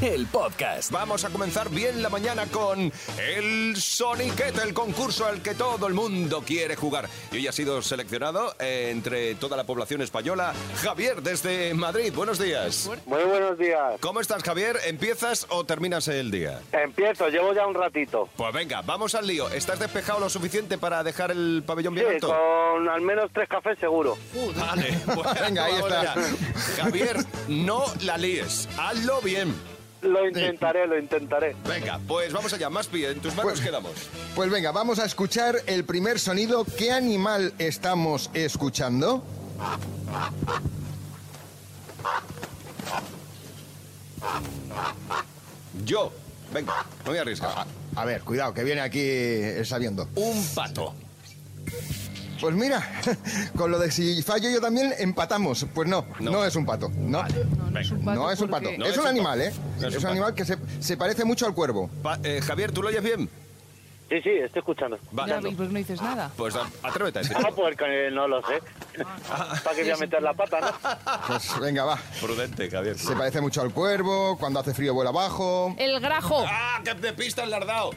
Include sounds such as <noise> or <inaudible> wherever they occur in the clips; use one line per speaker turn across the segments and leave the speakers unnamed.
el podcast.
Vamos a comenzar bien la mañana con el Soniquete, el concurso al que todo el mundo quiere jugar. Y hoy ha sido seleccionado eh, entre toda la población española Javier desde Madrid. Buenos días.
Muy buenos días.
¿Cómo estás, Javier? ¿Empiezas o terminas el día?
Empiezo, llevo ya un ratito.
Pues venga, vamos al lío. ¿Estás despejado lo suficiente para dejar el pabellón bien
Sí,
alto?
con al menos tres cafés seguro.
<laughs>
Vale, pues
Venga, ahí
vamos
está.
allá. Javier, no la líes. Hazlo bien.
Lo intentaré, lo intentaré.
Venga, pues vamos allá. Más pie, en tus manos quedamos.
Pues venga, vamos a escuchar el primer sonido. ¿Qué animal estamos escuchando?
Yo. Venga, no voy a
Ah,
arriesgar.
A ver, cuidado, que viene aquí el sabiendo.
Un pato.
Pues mira, <laughs> con lo de si fallo yo también empatamos. Pues no,
No.
no, es un pato. No.
No es un pato.
No es un pato,
porque-
No
es,
es
un
un
animal,
pato.
¿eh?
No es
es,
un
un
pato.
animal que se, se parece mucho al cuervo.
Pa- eh, Javier, ¿tú lo oyes bien?
Sí, sí, estoy escuchando.
Vale.
Ya, ¿y por qué no dices nada?
Pues a- atrévete a
Ah,
decirlo.
pues que no lo sé.
Ah.
¿Para qué voy a meter la pata, no?
Pues venga, va.
Prudente, Javier.
Se parece mucho al cuervo, cuando hace frío vuela abajo.
El grajo.
¡Ah, qué de pista el lardao!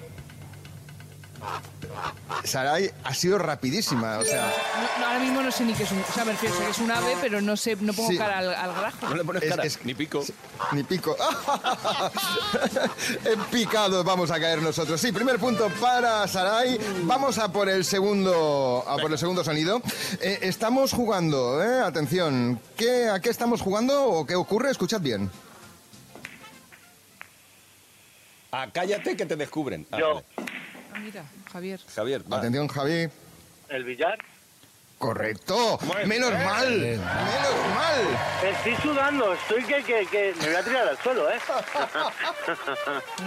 Sarai ha sido rapidísima, o sea,
No, no, ahora mismo no sé ni qué es un. O sea, me refiero, sé que es un ave, pero no sé, no pongo
Sí.
cara al, al grajo.
No le pones
Es-
cara,
es-
ni pico.
ni pico. <laughs> en picado vamos a caer nosotros. Sí, primer punto para Sarai. Vamos a por el segundo, a por el segundo sonido. Eh, estamos jugando, ¿eh? atención. ¿Qué, ¿A qué estamos jugando o qué ocurre? Escuchad bien.
Ah, cállate que te descubren. Ah,
Yo.
vale.
Ah, mira, Javier.
Javier, va.
Atención, Javi.
El billar.
Correcto.
Muy
Menos
bien.
mal. Menos mal.
Estoy sudando, estoy que, que, que... Me voy a tirar al suelo, ¿eh?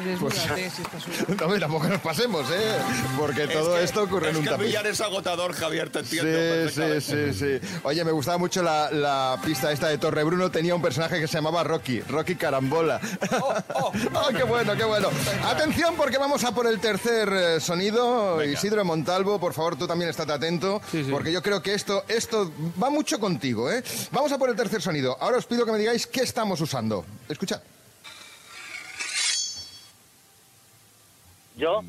Desbúrate si
<laughs>
estás sudando.
No, hombre, tampoco nos pasemos, ¿eh? Porque
Es
todo
que-
esto ocurre en
es
un
que el
tapiz.
billar es agotador, Javier, te entiendo.
Sí, sí,
perfectamente.
sí, sí. Oye, me gustaba mucho la, la pista esta de Torre Bruno. Tenía un personaje que se llamaba Rocky, Rocky Carambola. Oh, <laughs> qué bueno, qué bueno. Atención porque vamos a por el tercer eh, sonido. Isidro Montalvo, por favor, tú también estate atento. Porque yo creo que esto, esto va mucho contigo, ¿eh? Vamos a por el tercer sonido. Ahora os pido que me digáis qué estamos usando. Escuchad.
Yo,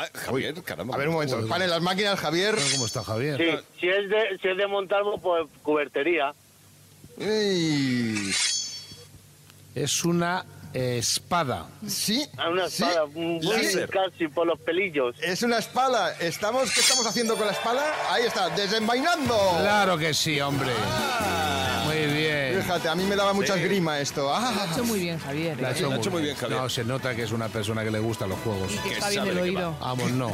Ah, Javier, caramba.
A ver, un momento. Paren las máquinas, Javier.
¿Cómo está Javier?
sí. Si es de, si es de Montalvo, pues cubertería.
Ey.
Es una eh, espada.
Sí.
Ah, Una
sí.
espada, un
Sí.
Láser.
casi por los pelillos.
Es una espada. Estamos, ¿Qué estamos haciendo con la espada? Ahí está, desenvainando.
Claro que sí, hombre.
Ah.
Muy bien.
Fíjate, a mí me daba mucha esgrima esto.
Lo has
Ah,
hecho muy bien, Javier.
La ha
¿eh?
hecho
la ha
muy,
hecho muy bien, Javier.
No, se nota que es una persona que le gustan los juegos.
Y que
que
está bien
sabe
del
de qué va.
oído.
Vamos, no.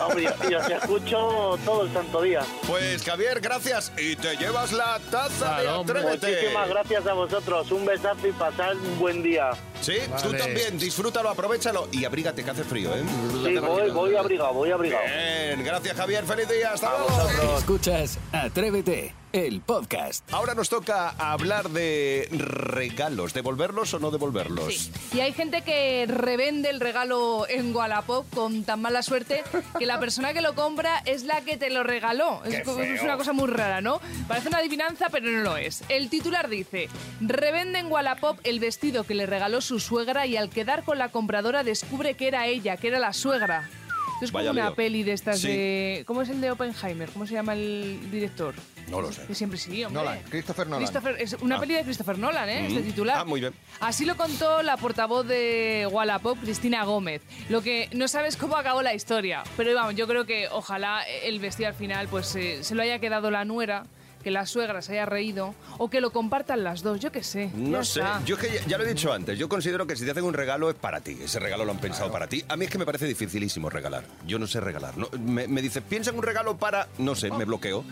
Hombre, yo te escucho todo el santo día.
Pues Javier, gracias. Y te llevas la taza
Claro,
de
hombre.
Atrévete.
Muchísimas gracias a vosotros. Un besazo y pasad un buen día.
Sí, tú
Vale.
también, disfrútalo, aprovechalo y abrígate que hace frío, ¿eh?
Sí, voy, voy abrigado, voy abrigado.
Bien, gracias Javier, feliz día, hasta
A
luego.
vosotros.
Escuchas Atrévete, el podcast.
Ahora nos toca hablar de regalos, devolverlos o no devolverlos.
Sí. Y hay gente que revende el regalo en Wallapop con tan mala suerte que la persona que lo compra es la que te lo regaló. Es, como- es una cosa muy rara, ¿no? Parece una adivinanza, pero no lo es. El titular dice, revende en Wallapop el vestido que le regaló su suegra y al quedar con la compradora descubre que era ella, que era la suegra. Esto Es como
Vaya
una
lío.
peli de estas
Sí.
de... ¿Cómo es el de Oppenheimer? ¿Cómo se llama el director?
No lo sé.
Que siempre sí, hombre.
Nolan, Christopher Nolan.
Christopher- es una peli de Christopher Nolan, ¿eh? Este titular.
Ah, muy bien.
Así lo contó la portavoz de Wallapop, Cristina Gómez. Lo que no sabes cómo acabó la historia. Pero vamos, yo creo que ojalá el vestido al final pues eh, se lo haya quedado la nuera que la suegra se haya reído o que lo compartan las dos, yo qué sé.
No
Ya
sé,
está.
yo es que ya, ya lo he dicho antes, yo considero que si te hacen un regalo es para ti, ese regalo lo han pensado para ti. A mí es que me parece dificilísimo regalar, yo no sé regalar. no- me, me dices, piensa en un regalo para, no sé, me bloqueo.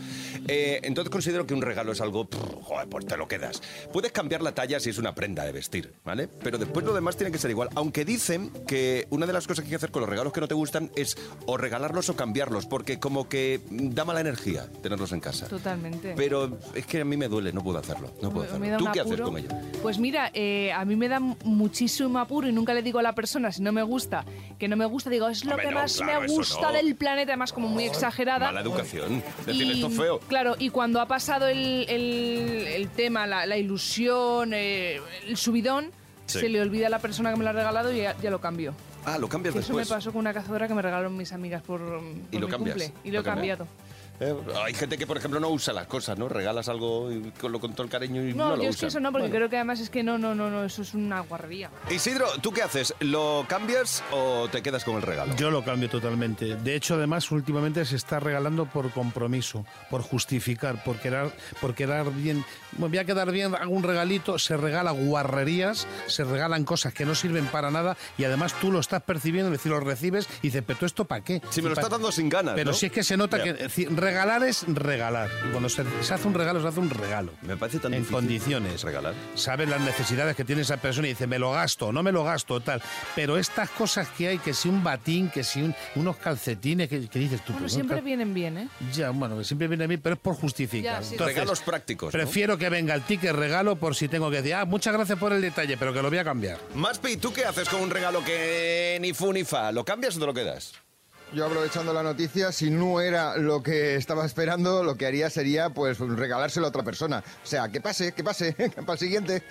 Eh, entonces considero que un regalo es algo, pff, joder, pues te lo quedas. Puedes cambiar la talla si es una prenda de vestir, ¿vale? Pero después lo demás tiene que ser igual. Aunque dicen que una de las cosas que hay que hacer con los regalos que no te gustan es o regalarlos o cambiarlos, porque como que da mala energía tenerlos en casa.
Totalmente.
Pero es que a mí me duele, no puedo hacerlo, no puedo
Me- me
hacerlo.
da
¿Tú
un
qué haces
apuro.
con ello?
Pues mira, eh, a mí me da muchísimo apuro y nunca le digo a la persona si no me gusta, que no me gusta, digo, es lo
Hombre,
que
no,
más
claro,
me
eso
gusta
no.
del planeta, además como muy exagerada.
Mala educación. Decir esto es feo.
Claro, y cuando ha pasado el, el- el tema, la, la ilusión, eh, el subidón,
Sí.
se le olvida a la persona que me lo ha regalado y ya, ya lo cambio.
Ah, lo cambias
Que eso me
después.
pasó con una cazadora que me regalaron mis amigas por, mm,
Y
por
lo
mi
cambias,
cumple. Y lo,
lo
he
cambias.
cambiado.
Eh, hay gente que, por ejemplo, no usa las cosas, ¿no? Regalas algo y con, lo- con todo el cariño y no,
No,
lo
yo
usas.
es que eso no, porque creo que además es que no, no, no, no, eso es una guarrería.
Isidro, ¿tú qué haces? ¿Lo cambias o te quedas con el regalo?
<laughs> Yo lo cambio totalmente. De hecho, además, últimamente se está regalando por compromiso, por justificar, por quedar, por quedar bien. Bueno, voy a quedar bien, hago un regalito, se regala guarrerías, se regalan cosas que no sirven para nada y además tú lo estás percibiendo, es decir, lo recibes y dices, pero ¿tú esto para qué?
Si me lo
Pa-
estás dando sin ganas,
Pero
¿no?
si es que se nota
Ya.
que eh, es decir, regalar es regalar. Y Cuando se, se hace un regalo, se hace un regalo.
Me parece tan
En
difícil
condiciones.
regalar.
Sabes las necesidades que tiene esa persona y dice, me lo gasto, no me lo gasto, tal. Pero estas cosas que hay, que si un batín, que si un- unos calcetines, que, que dices tú.
Bueno,
pero
siempre
nunca-
vienen bien, ¿eh?
Ya, bueno, que siempre viene bien, pero es por justificar.
Ya, sí.
Regalos prácticos, ¿no?
Prefiero que venga el ticket regalo por si tengo que decir, ah, muchas gracias por el detalle, pero que lo voy a cambiar.
Maspi, ¿tú qué haces con un regalo que ni fu ni fa? ¿Lo cambias o te lo quedas?
Yo aprovechando la noticia, si no era lo que estaba esperando, lo que haría sería pues regalárselo a otra persona. O sea, que pase, que pase, <laughs> que para el siguiente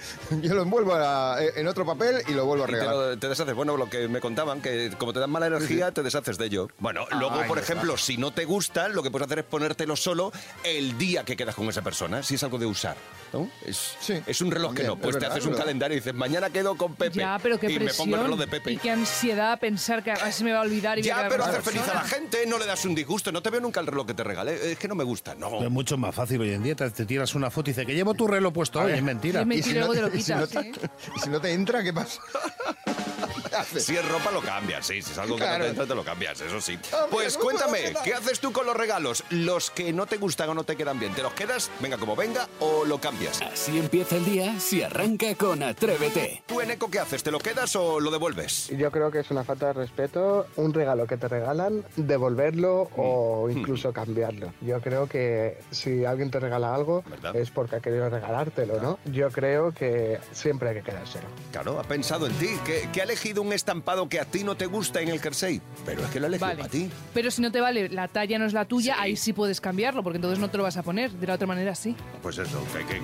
yo lo envuelvo a- eh, en otro papel y lo vuelvo a
Y te,
regalar.
lo- te deshaces. Bueno, lo que me contaban, que como te dan mala energía, te deshaces de ello. Bueno,
Ah,
luego,
ahí
por
está.
ejemplo, si no te gusta, lo que puedes hacer es ponértelo solo el día que quedas con esa persona, si es algo de usar. ¿no? Es,
Sí.
es un reloj que
También,
no. Pues
es
te
verdad,
haces
es
un
verdad.
calendario y dices, mañana quedo con Pepe.
Ya, pero qué
y
presión.
me pongo el reloj de Pepe.
Y qué ansiedad pensar que a ver si me va a olvidar y voy a
Ya,
quedar
pero
con
haces
otra
feliz a la
persona.
gente, no le das un disgusto, no te veo nunca el reloj que te regalé, es que no me gusta, no.
Es mucho más fácil hoy en día, te, te tiras una foto y dices, que llevo tu reloj puesto hoy, es mentira.
Es mentira, luego te
<laughs>
lo
y si no
quitas.
te-
¿eh?
y si no te entra, ¿qué
<laughs>
pasa? <laughs> ¿Qué haces?
Si es ropa, lo cambias, sí. Si es algo que no
Claro.
te entra, te lo cambias, eso sí.
Hombre,
Pues
no puedo
cuéntame,
hacer nada.
¿qué haces tú con los regalos? ¿Los que no te gustan o no te quedan bien? ¿Te los quedas, venga como venga, o lo cambias?
Así empieza el día si arranca con Atrévete.
¿Tú, Eneco, qué haces? ¿Te lo quedas o lo devuelves?
Yo creo que es una falta de respeto un regalo que te regalan, devolverlo o incluso cambiarlo. Yo creo que si alguien te regala algo
¿Verdad?
es porque ha querido regalártelo, ¿no? Yo creo que siempre hay que quedárselo.
Claro, ha pensado en ti, que, que ha elegido un estampado que a ti no te gusta en el jersey. Pero es que lo ha elegido
Vale.
para ti.
Pero si no te vale, la talla no es la tuya,
Sí.
ahí sí puedes cambiarlo, porque entonces no te lo vas a poner. De la otra manera, sí.
Pues eso, que, que-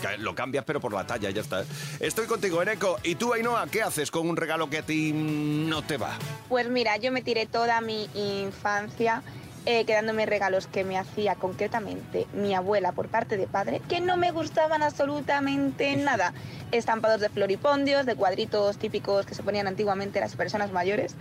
que lo cambias pero por la talla, ya está. Estoy contigo, Eneco. ¿Y tú, Ainhoa, qué haces con un regalo que a ti no te va?
Pues mira, yo me tiré toda mi infancia eh, quedándome regalos que me hacía concretamente mi abuela por parte de padre, que no me gustaban absolutamente nada. Estampados de floripondios, de cuadritos típicos que se ponían antiguamente las personas mayores.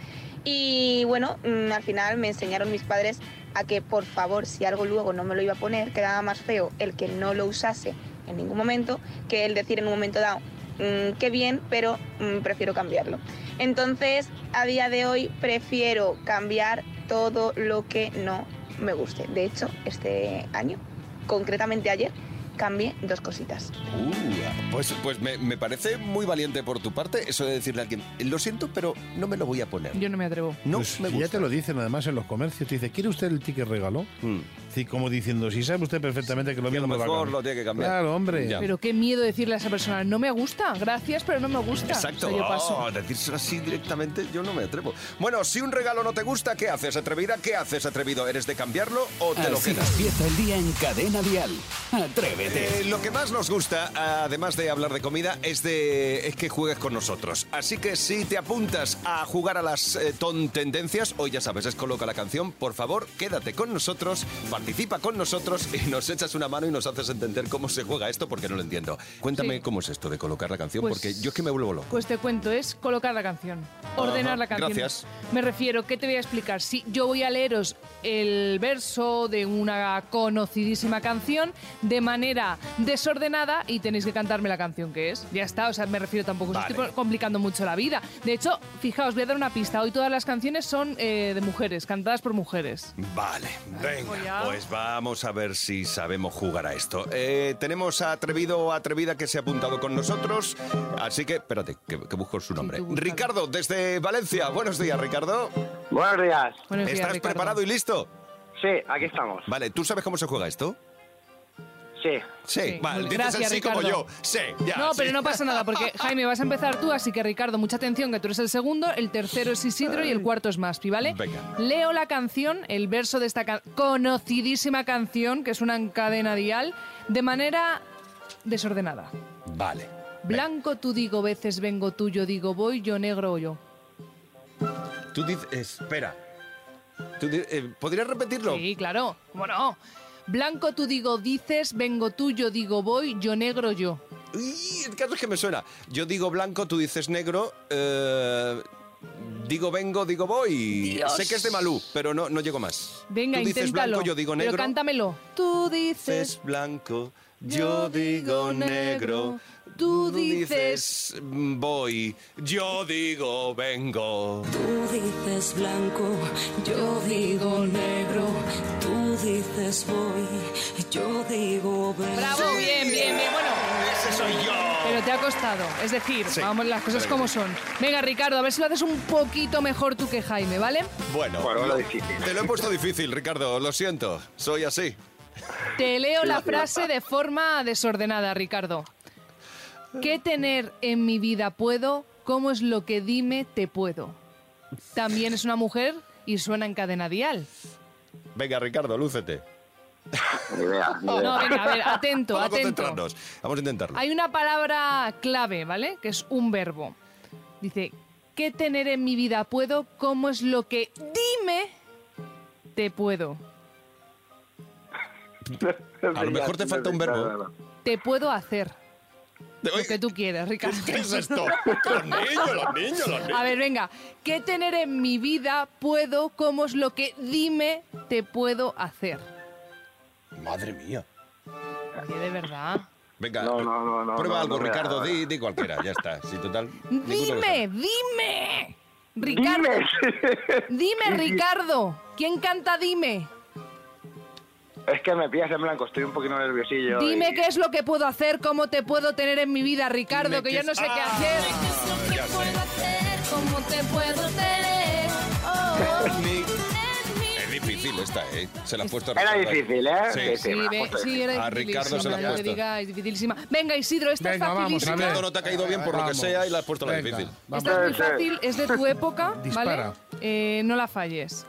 Y bueno, mm, al final me enseñaron mis padres a que por favor, si algo luego no me lo iba a poner, quedaba más feo el que no lo usase en ningún momento que el decir en un momento dado, "Mm, qué bien, pero mm, prefiero cambiarlo. Entonces, a día de hoy prefiero cambiar todo lo que no me guste. De hecho, este año, concretamente ayer, cambié dos cositas.
Uh, pues pues me, me parece muy valiente por tu parte eso de decirle a alguien, lo siento, pero no me lo voy a poner.
Yo no me atrevo.
No
Pues
me
ya
gusta.
te lo dicen además en los comercios. Te dice, ¿quiere usted el ticket regalo?
Mm.
Sí, como diciendo, si sabe usted perfectamente que lo
Que
mío
a
no
lo
me va a
mejor
cambiar.
lo tiene que cambiar.
Claro, hombre.
Ya.
Pero qué miedo decirle a esa persona, no me gusta, gracias, pero no me gusta.
Exacto.
O sea, yo paso.
Oh, decírselo así directamente yo no me atrevo. Bueno, si un regalo no te gusta, ¿qué haces, atrevida? ¿Qué haces, atrevido? ¿Eres de cambiarlo o
Ah,
te lo
Así
quedas?
empieza el día en Cadena Dial. Atrévete.
Eh, lo que más nos gusta, además de hablar de comida, es de es que juegues con nosotros. Así que si te apuntas a jugar a las eh, ton tendencias, hoy ya sabes, es coloca la canción, por favor, quédate con nosotros para participa con nosotros y nos echas una mano y nos haces entender cómo se juega esto porque no lo entiendo. Cuéntame
Sí.
cómo es esto de colocar la canción
Pues-
porque yo es que me vuelvo loco.
Pues te cuento, es colocar la canción, ordenar
Ajá,
la canción.
gracias.
Me refiero, ¿qué te voy a explicar? Si yo voy a leeros el verso de una conocidísima canción de manera desordenada y tenéis que cantarme la canción que es. Ya está, o sea, me refiero tampoco, os
Vale.
estoy complicando mucho la vida. De hecho, fijaos, voy a dar una pista. Hoy todas las canciones son eh, de mujeres, cantadas por mujeres.
Vale,
pues
venga,
ya.
pues vamos a ver si sabemos jugar a esto. Eh, tenemos a Atrevido o Atrevida que se ha apuntado con nosotros, así que espérate, que, que busco su nombre.
tú búscalo.
Ricardo, desde Valencia. Buenos días, Ricardo.
Buenos días.
Buenos días,
¿Estás
Ricardo.
preparado y listo?
Sí, aquí estamos.
Vale, ¿tú sabes cómo se juega esto?
Sí.
Sí,
Sí.
vale, dices
Gracias,
así como yo.
Ricardo.
Sí, ya.
No,
sí.
pero no pasa nada, porque Jaime, vas a empezar tú, así que Ricardo, mucha atención, que tú eres el segundo, el tercero es Isidro y el cuarto es Maspi, ¿vale?
Venga.
Leo la canción, el verso de esta ca- conocidísima canción, que es una cadena dial, de manera desordenada.
Vale.
Blanco tú digo, veces vengo tú, yo digo voy, yo negro o yo.
Venga, Tú dices, espera. Tú di- eh, ¿Podrías repetirlo?
Sí, claro, ¿cómo no? Blanco tú digo, dices, vengo tú, yo digo voy, yo negro yo.
Uy, el caso es que me suena. Yo digo blanco, tú dices negro. eh, digo vengo, digo voy.
Dios.
Sé que es de Malú, pero no, no llego más.
Venga,
tú dices
inténtalo.
blanco, yo digo negro.
Pero este. cántamelo. Tú dices
Dices blanco, yo digo negro.
Tú
dices voy, yo digo vengo.
Tú dices blanco, yo digo negro. Tú dices voy, yo digo ven.
Bravo, bien, bien, bien. Bueno,
Ese soy yo.
pero te ha costado. Es decir,
Sí.
vamos las cosas
Claro
como
que sí.
son. Venga, Ricardo, a ver si lo haces un poquito mejor tú que Jaime, ¿vale?
Bueno,
Bueno,
lo-
lo difícil.
te lo he puesto difícil, Ricardo, lo siento, soy así.
Te leo la frase de forma desordenada, Ricardo. ¿Qué tener en mi vida puedo? ¿Cómo es lo que dime te puedo? También es una mujer y suena en cadena dial.
Venga, Ricardo, lúcete.
Ni idea, ni idea.
No, venga, a ver, atento,
Vamos a
atento.
concentrarnos, vamos a intentarlo.
Hay una palabra clave, ¿vale? Que es un verbo. Dice, ¿qué tener en mi vida puedo? ¿Cómo es lo que dime te puedo?
A lo mejor te falta un verbo.
Te puedo hacer lo
Oye,
que tú quieras, Ricardo.
¿Qué es esto? Los niños, los niños, los niños.
A ver, venga, ¿qué tener en mi vida puedo? ¿Cómo es lo que dime te puedo hacer?
Madre mía.
Oye, de verdad.
Venga,
No, no, no, no,
prueba
no,
algo,
no me da
Ricardo,
nada.
di, di cualquiera, ya está. Sí, total. ninguno lo sabe.
Dime, dime. Ricardo,
<laughs>
dime, Ricardo. ¿Quién canta dime?
es que me pillas en blanco, estoy un poquito nerviosillo.
Dime
y-
qué es lo que puedo hacer, cómo te puedo tener en mi vida, Ricardo,
Dime
que
qué
yo
es-
no sé qué
¡Ah!
hacer.
ya sé.
¿Cómo te puedo tener?
Oh, Es difícil esta, ¿eh? Se la has puesto a
Era
Ricardo.
difícil, ¿eh?
Sí.
Sí,
me la
ve-
has puesto
sí,
difícil.
era
A Ricardo
dificilísima,
se la has
yo te
puesto.
diga, es dificilísima. Venga, Isidro, esta
Venga,
es
vamos, a
facilísima.
ver.
Ricardo, no te ha caído bien por lo que
Vamos.
sea y la has puesto la
Venga,
difícil.
vamos.
Esta es muy
Puede ser.
fácil, es de tu época, ¿vale?
Dispara.
Eh, no la falles.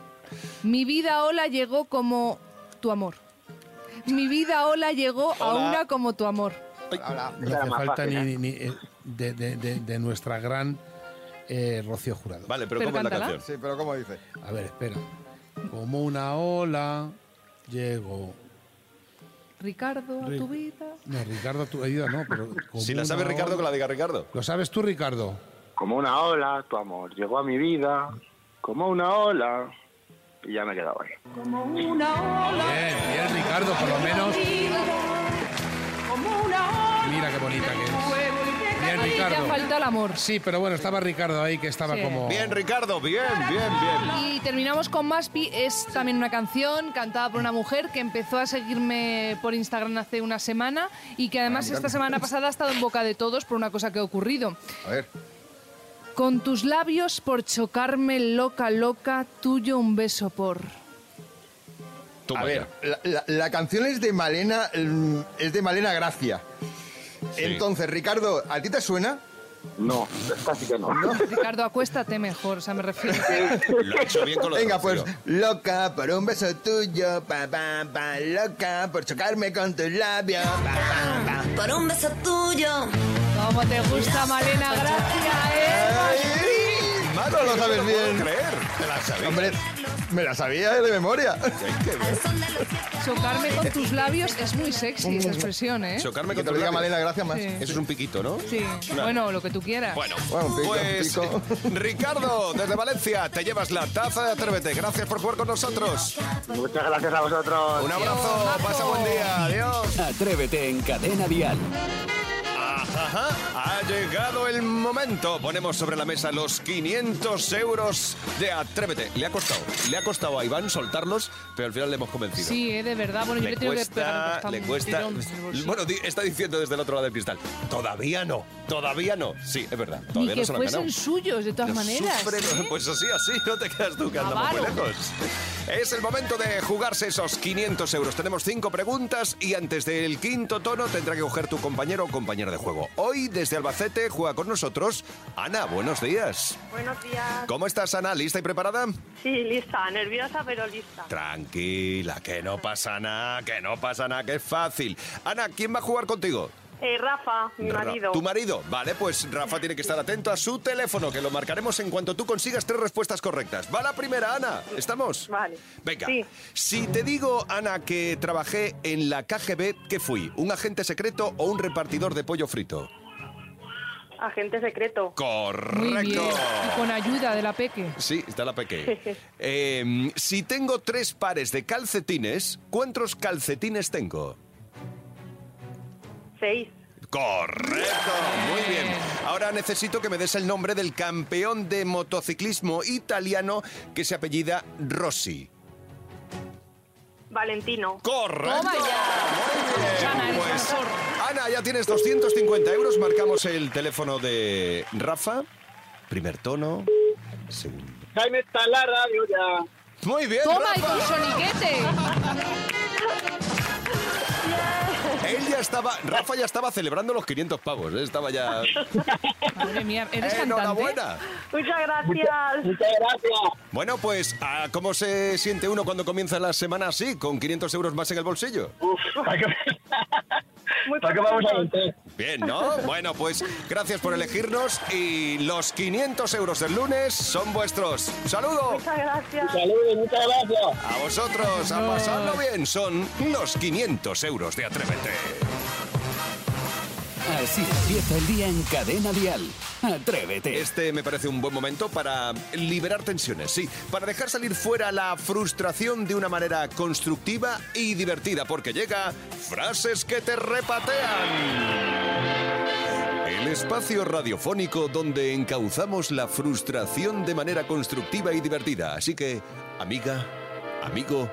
Mi vida hola llegó como tu amor. Mi vida hola llegó a
Hola.
una como tu amor.
No
Era
hace
más
falta
fácil,
ni,
¿eh?
ni- ni, eh, de, de- de- de nuestra gran eh, Rocío Jurado.
Vale, pero,
Pero
¿cómo es la
cántala.
canción?
Sí, pero ¿cómo dice?
A ver, espera. Como una ola llegó.
Ricardo, a
Ri-
tu vida.
No, Ricardo, tu ayuda no, pero. como
Si la sabe
una
Ricardo, que
ola-
la diga Ricardo.
¿Lo sabes tú, Ricardo?
Como una ola, tu amor llegó a mi vida. Como una ola. Y ya me he quedado ahí.
Bien, bien, Ricardo, por lo menos. Mira qué bonita que es. Bien,
Ahí ya
Ricardo.
falta el amor.
Sí, pero bueno, estaba Ricardo ahí que estaba
Sí.
como.
Bien, Ricardo, bien, bien, bien.
Y terminamos con Maspi, es también una canción cantada por una mujer que empezó a seguirme por Instagram hace una semana y que además esta semana pasada ha estado en boca de todos por una cosa que ha ocurrido.
A ver.
Con tus labios por chocarme loca, loca, tuyo un beso por...
Toma
A ver,
ya.
la, la- la canción es de Malena, mm, es de Malena Gracia. Entonces, Ricardo, ¿a ti te suena?
No, esta sí que no.
Ricardo, acuéstate mejor, o sea, me refiero...
Lo ha hecho bien con los
Venga, pues,
Rocío.
loca por un beso tuyo, pa, pa, pa, loca por chocarme con tus labios, pa, pa, pa.
Por un beso tuyo.
¿Cómo te gusta, Malena? Gracias, ¿eh?
Ay,
mano.
No lo
yo
sabes
me puedo
bien.
creer. ¿Te la sabes?
Hombre, me la sabía de memoria.
Chocarme con tus labios es muy sexy esa expresión, ¿eh?
Chocarme
Que
con
te
tu
lo diga
lápiz.
Malena, gracias más.
Sí.
Eso es un piquito, ¿no?
Sí.
Claro.
Bueno, lo que tú quieras.
Bueno,
Bueno, un pico,
pues
un
Ricardo, desde Valencia, te llevas la taza de Atrévete. Gracias por jugar con nosotros.
Muchas gracias a vosotros.
Un abrazo,
Majo.
pasa buen día, adiós.
Atrévete en Cadena Dial.
Ajá, ha llegado el momento. Ponemos sobre la mesa los 500 euros de Atrévete. Le ha costado, le ha costado a Iván soltarlos, pero al final le hemos convencido.
Sí, eh, de verdad. Bueno, yo le,
le
tengo que pegar
cuesta,
hasta
le
un
cuesta.
tirón en el bolsillo.
Bueno, di- está diciendo desde el otro lado del cristal. Todavía no, todavía no. Sí, es verdad,
Ni
todavía no
que
se lo han ganado.
fuesen suyos, de todas
Los
maneras.
sufren,
¿eh?
Pues así, así, no te quedas tú que andamos muy
Avaro.
lejos. Es el momento de jugarse esos 500 euros. Tenemos cinco preguntas y antes del quinto tono tendrá que coger tu compañero o compañera de juego. Hoy, desde Albacete, juega con nosotros Ana. Buenos días.
Buenos días.
¿Cómo estás, Ana? ¿Lista y preparada?
Sí, lista, nerviosa pero lista.
Tranquila, que no pasa nada, que no pasa nada, que es fácil. Ana, ¿quién va a jugar contigo?
Eh, Rafa, mi
Ra-
marido.
Tu marido. Vale, pues Rafa tiene que estar atento a su teléfono, que lo marcaremos en cuanto tú consigas tres respuestas correctas. Va la primera, Ana. ¿Estamos?
Vale.
Venga.
Sí.
Si te digo, Ana, que trabajé en la KGB, ¿qué fui? ¿Un agente secreto o un repartidor de pollo frito?
Agente secreto.
Muy bien.
Correcto.
Y con ayuda de la peque.
Sí, está
<laughs>
la peque. Eh, si tengo tres pares de calcetines, ¿cuántos calcetines tengo?
Seis.
Correcto, muy bien. Ahora necesito que me des el nombre del campeón de motociclismo italiano que se apellida Rossi.
Valentino.
Correcto.
Toma ya. Ana,
Muy bien.
eres
Pues,
la mejor.
Ana, ya tienes 250 euros. Marcamos el teléfono de Rafa. Primer tono. Segundo.
Jaime está en la radio ya.
Muy bien,
Toma y
Rafa.
tu soniquete.
<laughs> Él ya estaba, Rafa ya estaba celebrando los 500 pavos. ¿eh? Estaba ya.
Madre mía, eres cantante.
Eh,
¿eh?
Enhorabuena.
Muchas gracias.
Muchas gracias.
Bueno, pues, ah, ¿cómo se siente uno cuando comienza la semana así, con 500 euros más en el bolsillo?
Uf, ¿para qué,
<laughs> Muy
para qué vamos a
contentos.
mentir?
Bien, ¿no? Bueno, pues gracias por elegirnos y los 500 euros del lunes son vuestros. ¡Un saludo!
Muchas gracias.
Saludos, muchas gracias.
A vosotros, a pasarlo bien, son los 500 euros de Atrévete.
Así empieza el día en Cadena Dial. Atrévete.
Este me parece un buen momento para liberar tensiones, sí, para dejar salir fuera la frustración de una manera constructiva y divertida, porque llega frases que te repatean. El espacio radiofónico donde encauzamos la frustración de manera constructiva y divertida. Así que, amiga, amigo,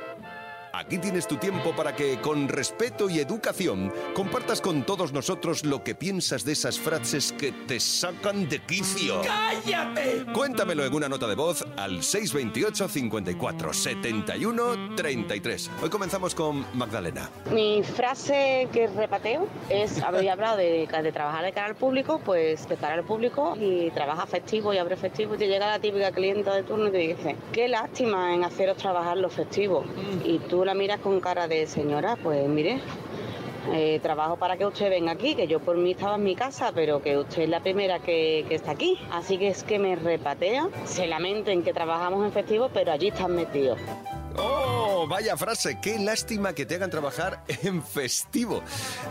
Aquí tienes tu tiempo para que, con respeto y educación, compartas con todos nosotros lo que piensas de esas frases que te sacan de quicio. ¡Cállate! Cuéntamelo en una nota de voz al 628 54 71 33. Hoy comenzamos con Magdalena.
Mi frase que repateo es, habéis hablado de, de trabajar de cara al público, pues de cara al público y trabaja festivo y abre festivo y te llega la típica clienta de turno y te dice, qué lástima en haceros trabajar los festivos. Y tú la miras con cara de señora, pues mire, eh, trabajo para que usted venga aquí, que yo por mí estaba en mi casa, pero que usted es la primera que, que está aquí. Así que es que me repatea, se lamenten que trabajamos en festivo, pero allí están metidos.
¡Oh! Vaya frase, qué lástima que te hagan trabajar en festivo.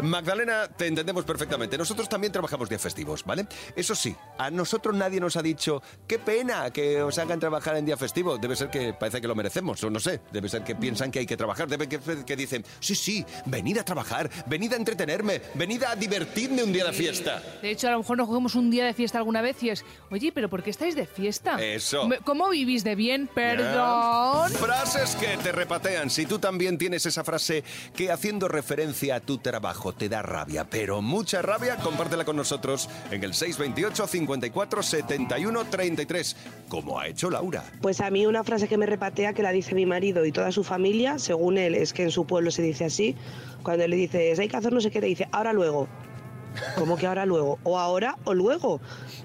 Magdalena, te entendemos perfectamente. Nosotros también trabajamos días festivos, ¿vale? Eso sí, a nosotros nadie nos ha dicho, qué pena que os hagan trabajar en día festivo. Debe ser que parece que lo merecemos, o no sé. Debe ser que piensan que hay que trabajar. Debe que, que dicen, sí, sí, venid a trabajar, venid a entretenerme, venid a divertirme un día de fiesta.
De hecho, a lo mejor nos cogemos un día de fiesta alguna vez y es, oye, pero ¿por qué estáis de fiesta?
Eso.
Me- ¿Cómo vivís de bien? Perdón.
Frases que te repatean. Si tú también tienes esa frase que haciendo referencia a tu trabajo te da rabia, pero mucha rabia, compártela con nosotros en el 628 54 71 33, como ha hecho Laura.
Pues a mí una frase que me repatea que la dice mi marido y toda su familia, según él, es que en su pueblo se dice así, cuando le dices hay que hacer no sé qué, te dice ahora luego. ¿Cómo que ahora luego? O ahora o luego.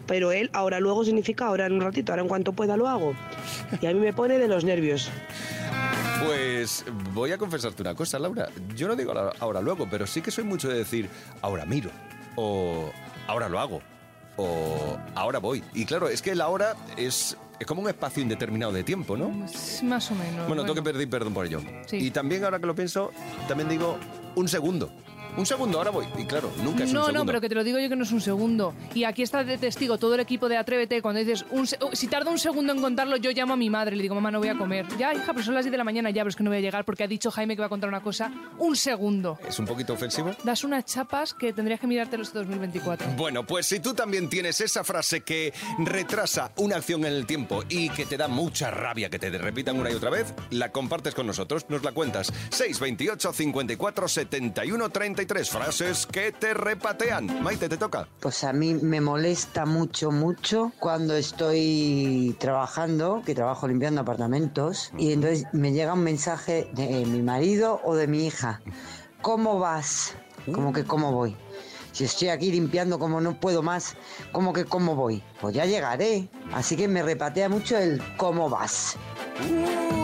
Pero él ahora luego significa ahora en un ratito, ahora en cuanto pueda lo hago. Y a mí me pone de los nervios.
Pues voy a confesarte una cosa, Laura. Yo no digo la- ahora luego, pero sí que soy mucho de decir ahora miro o ahora lo hago. o ahora voy. Y claro, es que la hora es, es como un espacio indeterminado de tiempo, ¿no?
Más o menos.
Bueno, tengo que pedir perdón por ello.
Sí.
Y también, ahora que lo pienso, también digo un segundo. Un segundo, ahora voy. Y claro, nunca es un
No,
segundo.
no, pero que te lo digo yo que no es un segundo. Y aquí está de testigo todo el equipo de Atrévete cuando dices, un se- si tarda un segundo en contarlo, yo llamo a mi madre y le digo, mamá, no voy a comer. Ya, hija, pero son las 10 de la mañana, ya, pero es que no voy a llegar porque ha dicho Jaime que va a contar una cosa. Un segundo.
¿Es un poquito ofensivo?
Das unas chapas que tendrías que mirarte los 2024.
Bueno, pues si tú también tienes esa frase que retrasa una acción en el tiempo y que te da mucha rabia que te repitan una y otra vez, la compartes con nosotros, nos la cuentas. 628 54 71 33 frases que te repatean. Maite, te toca.
Pues a mí me molesta mucho, mucho cuando estoy trabajando, que trabajo limpiando apartamentos, y entonces me llega un mensaje de mi marido o de mi hija. ¿Cómo vas? Como que cómo voy. Si estoy aquí limpiando como no puedo más, como que cómo voy. Pues ya llegaré. Así que me repatea mucho el cómo vas.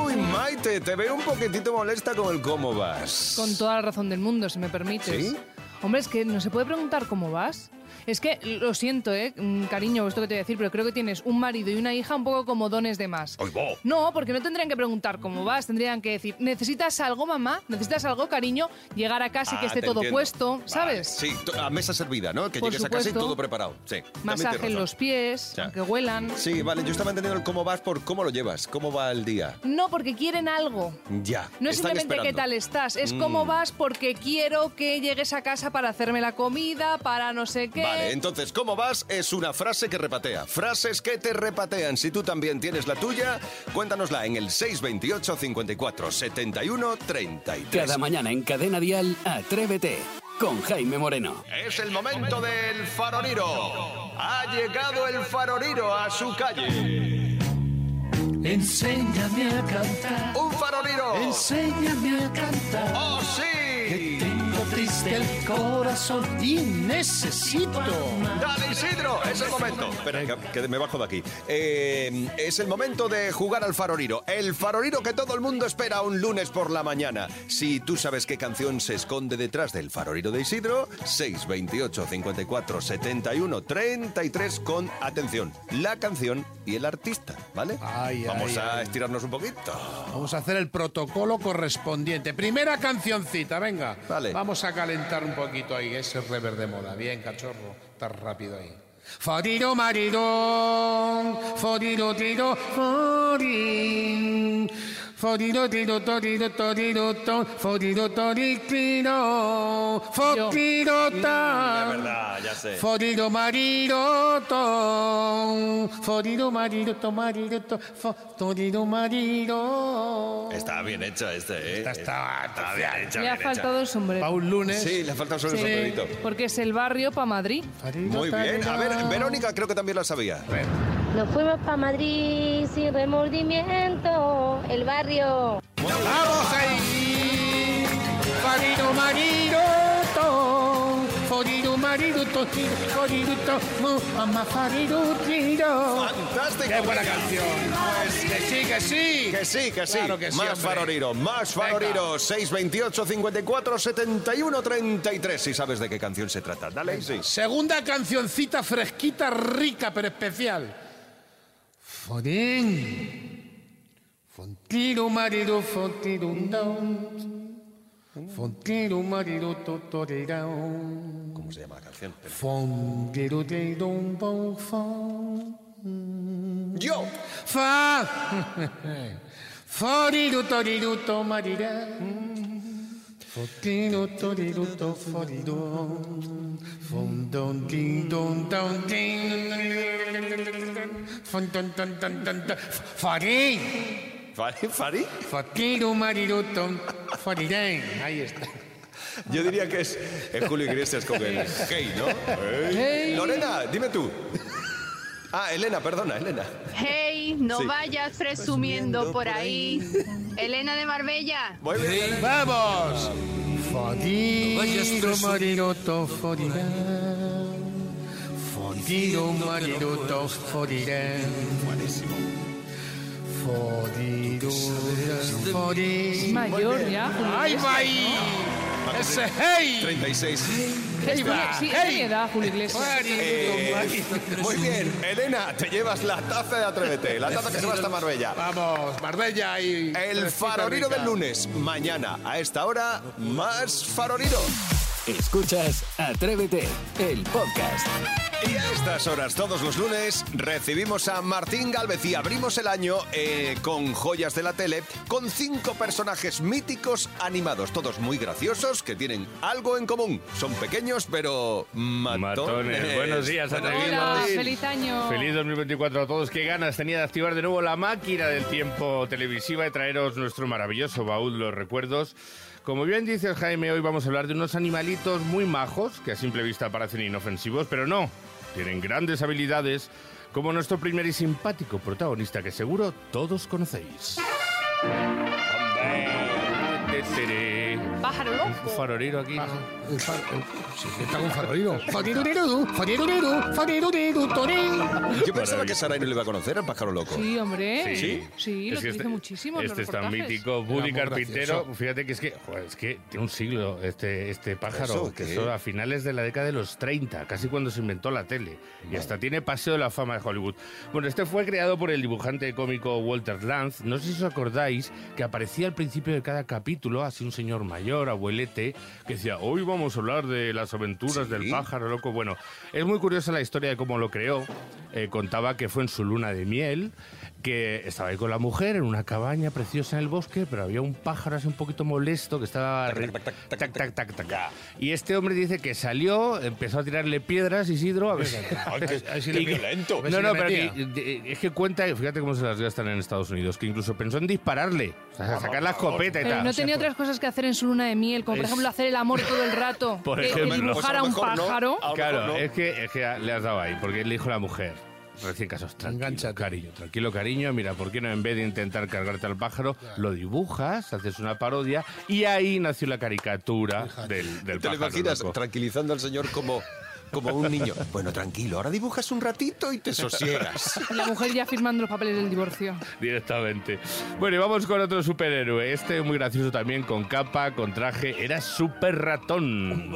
Uy, Maite, te veo un poquitito molesta con el cómo vas.
Con toda la razón del mundo, si me permites.
¿Sí?
Hombre, es que no se puede preguntar cómo vas. Es que lo siento, eh, mm, cariño, esto que te voy a decir, pero creo que tienes un marido y una hija un poco como dones de más. No, porque no tendrían que preguntar cómo vas, tendrían que decir, ¿necesitas algo, mamá? ¿Necesitas algo, cariño? Llegar a casa y que
Ah,
esté
te
todo
entiendo.
puesto, ¿sabes?
Sí, to- a mesa servida, ¿no? Que
Por
llegues a casa y
supuesto.
todo preparado. Sí. también tienes
Masaje en
razón.
los pies,
Ya.
que huelan.
Sí, vale, yo estaba entendiendo el cómo vas por cómo lo llevas, cómo va el día.
No, porque quieren algo.
Ya.
No es
están
simplemente qué
esperando.
tal estás, es
Mm.
cómo vas porque quiero que llegues a casa para hacerme la comida, para no sé qué.
Vale, entonces, ¿cómo vas? Es una frase que repatea. Frases que te repatean. Si tú también tienes la tuya, cuéntanosla en el 628 54 71 33.
Cada mañana en Cadena Dial, Atrévete con Jaime Moreno.
Es el momento del faroriro. Ha llegado el faroriro a su calle.
Enséñame a cantar.
Un faroriro.
Enséñame a cantar.
¡Oh, sí!
Que tengo triste el corazón y necesito.
Dale, Isidro, es el momento. Espera, que- que me bajo de aquí. Eh, es el momento de jugar al faroriro. El faroriro que todo el mundo espera un lunes por la mañana. Si tú sabes qué canción se esconde detrás del faroriro de Isidro, 628 54 71 33 con atención. La canción y el artista, ¿vale? Vamos
ay,
a estirarnos un poquito.
Vamos a hacer el protocolo correspondiente. Primera cancioncita, venga. Vamos a calentar un poquito ahí ese rever de moda. Bien, cachorro. Estás rápido ahí. Foriro marirón, foriro tiro, forín. Foriro tiro, toriro, toriro, ton, foriro toriro, foriro
Ah.
Es
tan.
verdad, ya sé.
Forido marido ton, forido marido ton, marido ton, fo- forido marido.
Está bien hecha este, ¿eh? Está, bien hecha.
Le
bien
ha
hecha.
faltado el sombrero.
Pa' un lunes.
Sí, le ha faltado solo
Sí,
el sombrerito.
Porque es el barrio para Madrid.
Muy bien. A ver, Verónica creo que también la sabía.
Nos fuimos para Madrid sin remordimiento, el barrio.
¡Vamos ahí! Forido marido ton, forido marido ton, forido ton, mu- ama forido tiro.
¡Fantástico!
¡Qué buena canción! Pues que sí, que sí.
Que sí, que sí.
Claro que sí,
más
hombre.
faroriro, más
Venga.
faroriro. 628 54 71 33. Si sabes de qué canción se trata, dale. Sí.
Segunda cancioncita fresquita, rica, pero especial. Forín. Fontiro marido, fontiro down. Fontiro marido, totorirao.
¿Cómo se llama la canción?
Fontiro de don bon
Yo.
Fa. Foriro toriro tomarira. Fotino toriro to foriro. Fon don din don don din. Fon don don don don don. Farí.
¿Fari? ¿Fari?
Fotiro mariro ton. Farirén. Ahí está.
Yo diría que es, es Julio Iglesias con el hey, ¿no? Hey.
Hey.
Lorena, dime tú. Ah, Elena, perdona, Elena.
Hey, no
Sí.
vayas presumiendo por ahí. Elena de Marbella.
Muy bien.
¡Vamos! Fodido mariroto forirá. Fodido mariroto forirá. Buenísimo. Fodido forirá.
Es mayor ya, Julio
¡Ay,
Iglesias,
va ahí!
¿no?
Ese
hey.
36.
Es mi- sí, es de mi edad, Julio Iglesias.
Eh, muy bien, Elena, te llevas la taza de Atrévete, la taza que se va hasta Marbella.
Vamos, Marbella y...
El faroliro del lunes, mañana, a esta hora, más faroliro.
Escuchas Atrévete, el podcast.
Y a estas horas, todos los lunes, recibimos a Martín Galvez y abrimos el año eh, con joyas de la tele, con cinco personajes míticos animados, todos muy graciosos, que tienen algo en común. Son pequeños, pero matones.
Matones. Buenos días, atrevidos.
Hola, feliz año.
Feliz 2024 a todos. Qué ganas tenía de activar de nuevo la máquina del tiempo televisiva y traeros nuestro maravilloso baúl de los recuerdos. Como bien dices, Jaime, hoy vamos a hablar de unos animalitos muy majos que a simple vista parecen inofensivos, pero no. Tienen grandes habilidades, como nuestro primer y simpático protagonista que seguro todos conocéis. Hombre.
Pájaro loco.
Un farolero aquí.
El far- el- sí, está con faroliro. Fariruriru, fariruriru, fariruriru, torén.
Yo pensaba que Saray no le iba a conocer al pájaro loco.
Sí, hombre.
Sí.
Sí, lo
Es
utilizo
que este-
muchísimo. en los
Este es tan
reportajes.
mítico, Buddy
Era muy
Carpintero.
gracioso.
Fíjate que es que, joder, es que tiene un siglo este, este pájaro,
¿Eso
que
qué?
eso a finales de la década de los 30, casi cuando se inventó la tele. Y hasta tiene paseo de la fama de Hollywood. Bueno, este fue creado por el dibujante cómico Walter Lanz. No sé si os acordáis que aparecía al principio de cada capítulo, así un señor mayor, abuelete, que decía, hoy vamos a hablar de las aventuras del pájaro loco. Bueno, es muy curiosa la historia de cómo lo creó. Eh, contaba que fue en su luna de miel, que estaba ahí con la mujer en una cabaña preciosa en el bosque, pero había un pájaro así un poquito molesto que estaba... Tac, tac, tac, tac. Y este hombre dice que salió, empezó a tirarle piedras, Isidro, a ver...
Ay, qué-
a ver
qué
le-
violento.
No, no,
A ver
pero
si le
que- de- eh, es que cuenta, fíjate cómo se las gastan en Estados Unidos, que incluso pensó en dispararle, o sea, sacar la escopeta y
Pero
tal.
no tenía otras cosas que hacer en su luna de miel, como por
Es-
ejemplo hacer el amor todo el rato.
<laughs> Por
que- que
ejemplo. pues
dibujar a un pájaro.
Claro, es, que, es que le has dado ahí, porque le dijo la mujer. Recién casos, tranquilo, cariño, tranquilo, cariño. Mira, ¿por qué no en vez de intentar cargarte al pájaro, lo dibujas, haces una parodia y ahí nació la caricatura del, del
¿Te lo
pájaro.
imaginas
loco.
tranquilizando al señor como, como un
<laughs>
niño? Bueno, tranquilo, ahora dibujas un ratito y te sosiegas.
Y La mujer ya firmando los papeles del divorcio.
<laughs> Directamente. Bueno, y vamos con otro superhéroe. Este muy gracioso también, con capa, con traje. Era super ratón.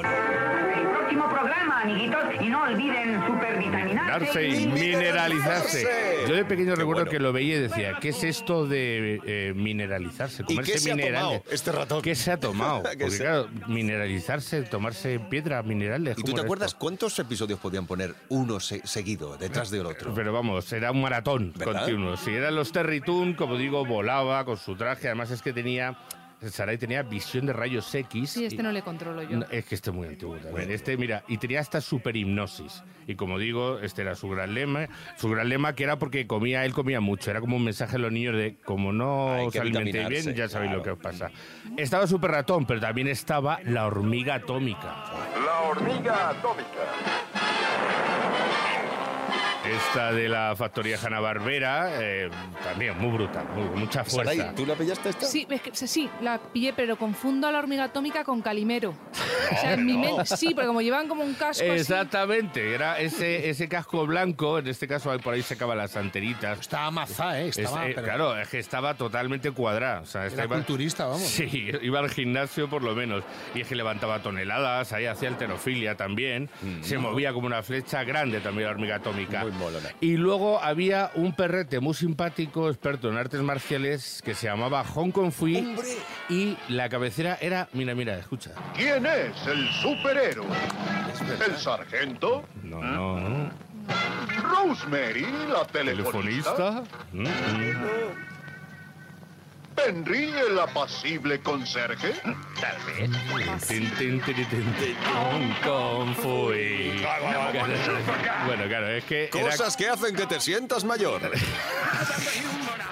Próximo programa, amiguitos, y no olviden supervitaminarse
Darse y mineralizarse. Yo de pequeño recuerdo que lo veía y decía, ¿qué es esto de eh, mineralizarse? Comerse
qué se ha
minerales.
tomado este ratón?
¿Qué se ha
<laughs>
tomado?
¿Qué
Porque
se-
claro, mineralizarse, tomarse piedras, minerales.
¿Y
¿cómo
tú te
era
acuerdas
esto?
cuántos episodios podían poner uno se- seguido, detrás del otro?
Pero vamos, era un maratón
¿Verdad?
continuo. Si eran los Terry Toon, como digo, volaba con su traje. Además es que tenía... Sarai tenía visión de rayos X.
Sí, este
y-
no le controlo yo.
No, es que este es muy antiguo también. Este, mira, y tenía hasta superhipnosis. Y como digo, este era su gran lema. Su gran lema que era porque comía, él comía mucho. Era como un mensaje a los niños de como no
Hay
os
que
alimentéis
vitaminarse,
bien, ya sabéis lo que
claro.
os pasa. Estaba super ratón, pero también estaba la hormiga atómica.
La hormiga atómica.
Esta de la factoría Hanna-Barbera, eh, también muy brutal, muy- mucha fuerza.
Saray, ¿tú la pillaste esta?
Sí, es que- sí, la pillé, pero confundo a la hormiga atómica con Calimero. o sea, en mi
no.
mente sí, pero como llevan como un casco así-
Exactamente, era ese, ese casco blanco, en este caso ahí por ahí se acaban las anteritas. Estaba mazá, ¿eh?
Estaba, pero-
Claro, es que estaba totalmente cuadrada. O sea, esta
Era culturista, vamos.
Sí, iba al gimnasio por lo menos. Y es que levantaba toneladas, ahí hacía alterofilia también.
Mm.
Se movía como una flecha grande también la hormiga atómica. Y luego había un perrete muy simpático, experto en artes marciales, que se llamaba Hong Kong Fui. Y la cabecera era, mira, mira, escucha.
¿Quién es el superhéroe? ¿El sargento?
No, no, no.
¿Rosemary, la telefonista?
¿Telefonista? Mm, mm.
¿Henry, el apacible conserje? Tal vez.
Tin, tin, tiri, tin, tin, Hong Kong fui. Bueno, claro, es que era,
Cosas que hacen que te sientas mayor.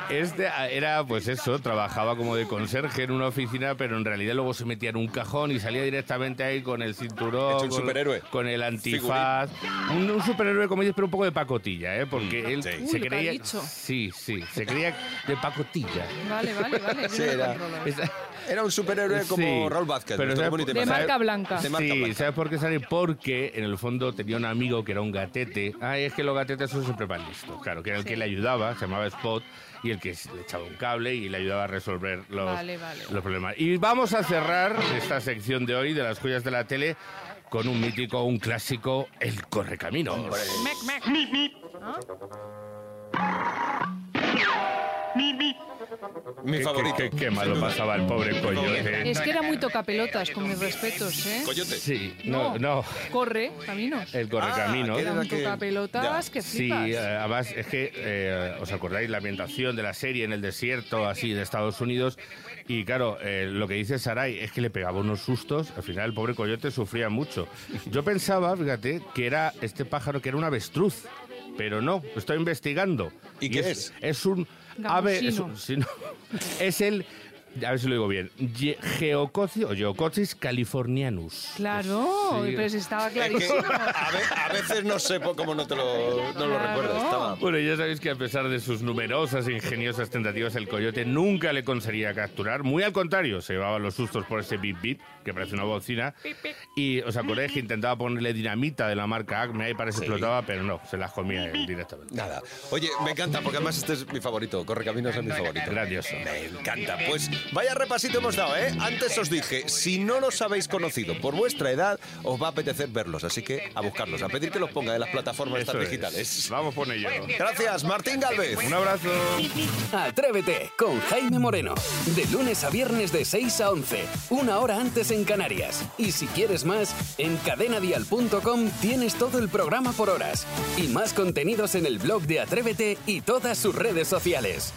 este era, pues eso, trabajaba como de conserje en una oficina, pero en realidad luego se metía en un cajón y salía directamente ahí con el cinturón,
Hecho un
con,
superhéroe.
con el antifaz. Un, un superhéroe, como dices, pero un poco de pacotilla, ¿eh? Porque
Mm,
él
Uy,
se
lo que ha
creía...
dicho.
Sí, sí, se creía de pacotilla.
Vale, vale, vale. yo no
Sí,
lo
era-
controlo.
esa-
Era un superhéroe como Raúl Vázquez, nuestro
¿sabes
bonito y
por-
De marca blanca.
De marca
sí,
blanca.
¿sabes por qué sale? Porque en el fondo tenía un amigo que era un gatete. Ay, es que los gatetes son siempre más listos. Claro, que era el que le ayudaba, se llamaba Spot, y el que le echaba un cable y le ayudaba a resolver los,
Vale, vale.
los problemas. Y vamos a cerrar esta sección de hoy de las joyas de la tele con un mítico, un clásico, el correcaminos.
Mec, mec. Mip, mip. Mip, mip.
Mi favorito. Qué, qué malo pasaba el pobre coyote.
Es que era muy tocapelotas, con mis respetos, ¿eh?
¿Coyote? Sí, no, no. Eh,
Corre, caminos.
El correcaminos.
que era Era un que- tocapelotas que
Sí,
flipas.
eh, además es que eh, os acordáis la ambientación de la serie en el desierto, así de Estados Unidos. Y claro, eh, lo que dice Sarai es que le pegaba unos sustos. Al final el pobre coyote sufría mucho. Yo pensaba, fíjate, que era este pájaro que era un avestruz. Pero no, lo estoy investigando. ¿Y, qué es? Es un ave. Es, un- sí, no. <laughs> Es el. A ver si lo digo bien. Ye- Geococi- o Geococis californianus.
Claro,
Sí.
pues estaba
Es que
clarísimo.
a, ve- a veces no sé po- cómo no te lo, no lo recuerdo. Estaba.
Bueno, ya sabéis que a pesar de sus numerosas e ingeniosas tentativas, el coyote nunca le conseguía capturar. Muy al contrario, se llevaba los sustos por ese bip bip, que parece una bocina. Y os acordáis que intentaba ponerle dinamita de la marca Acme ahí para que se explotaba, pero no, se las comía él directamente.
Nada. Oye, me encanta, porque además este es mi favorito. Correcaminos es mi favorito.
Grandioso.
Me encanta. Pues vaya repasito hemos dado, ¿eh? Antes os dije, si no los habéis conocido por vuestra edad, os va a apetecer verlos. Así que a buscarlos, a pedir que los pongan en las plataformas
Eso
estas
es.
digitales.
Vamos por ello.
Gracias, Martín Galvez.
Un abrazo.
Atrévete con Jaime Moreno. De lunes a viernes de 6 a 11, una hora antes en Canarias. Y si quieres más, en cadenadial.com tienes todo el programa por horas y más contenidos en el blog de Atrévete y todas sus redes sociales.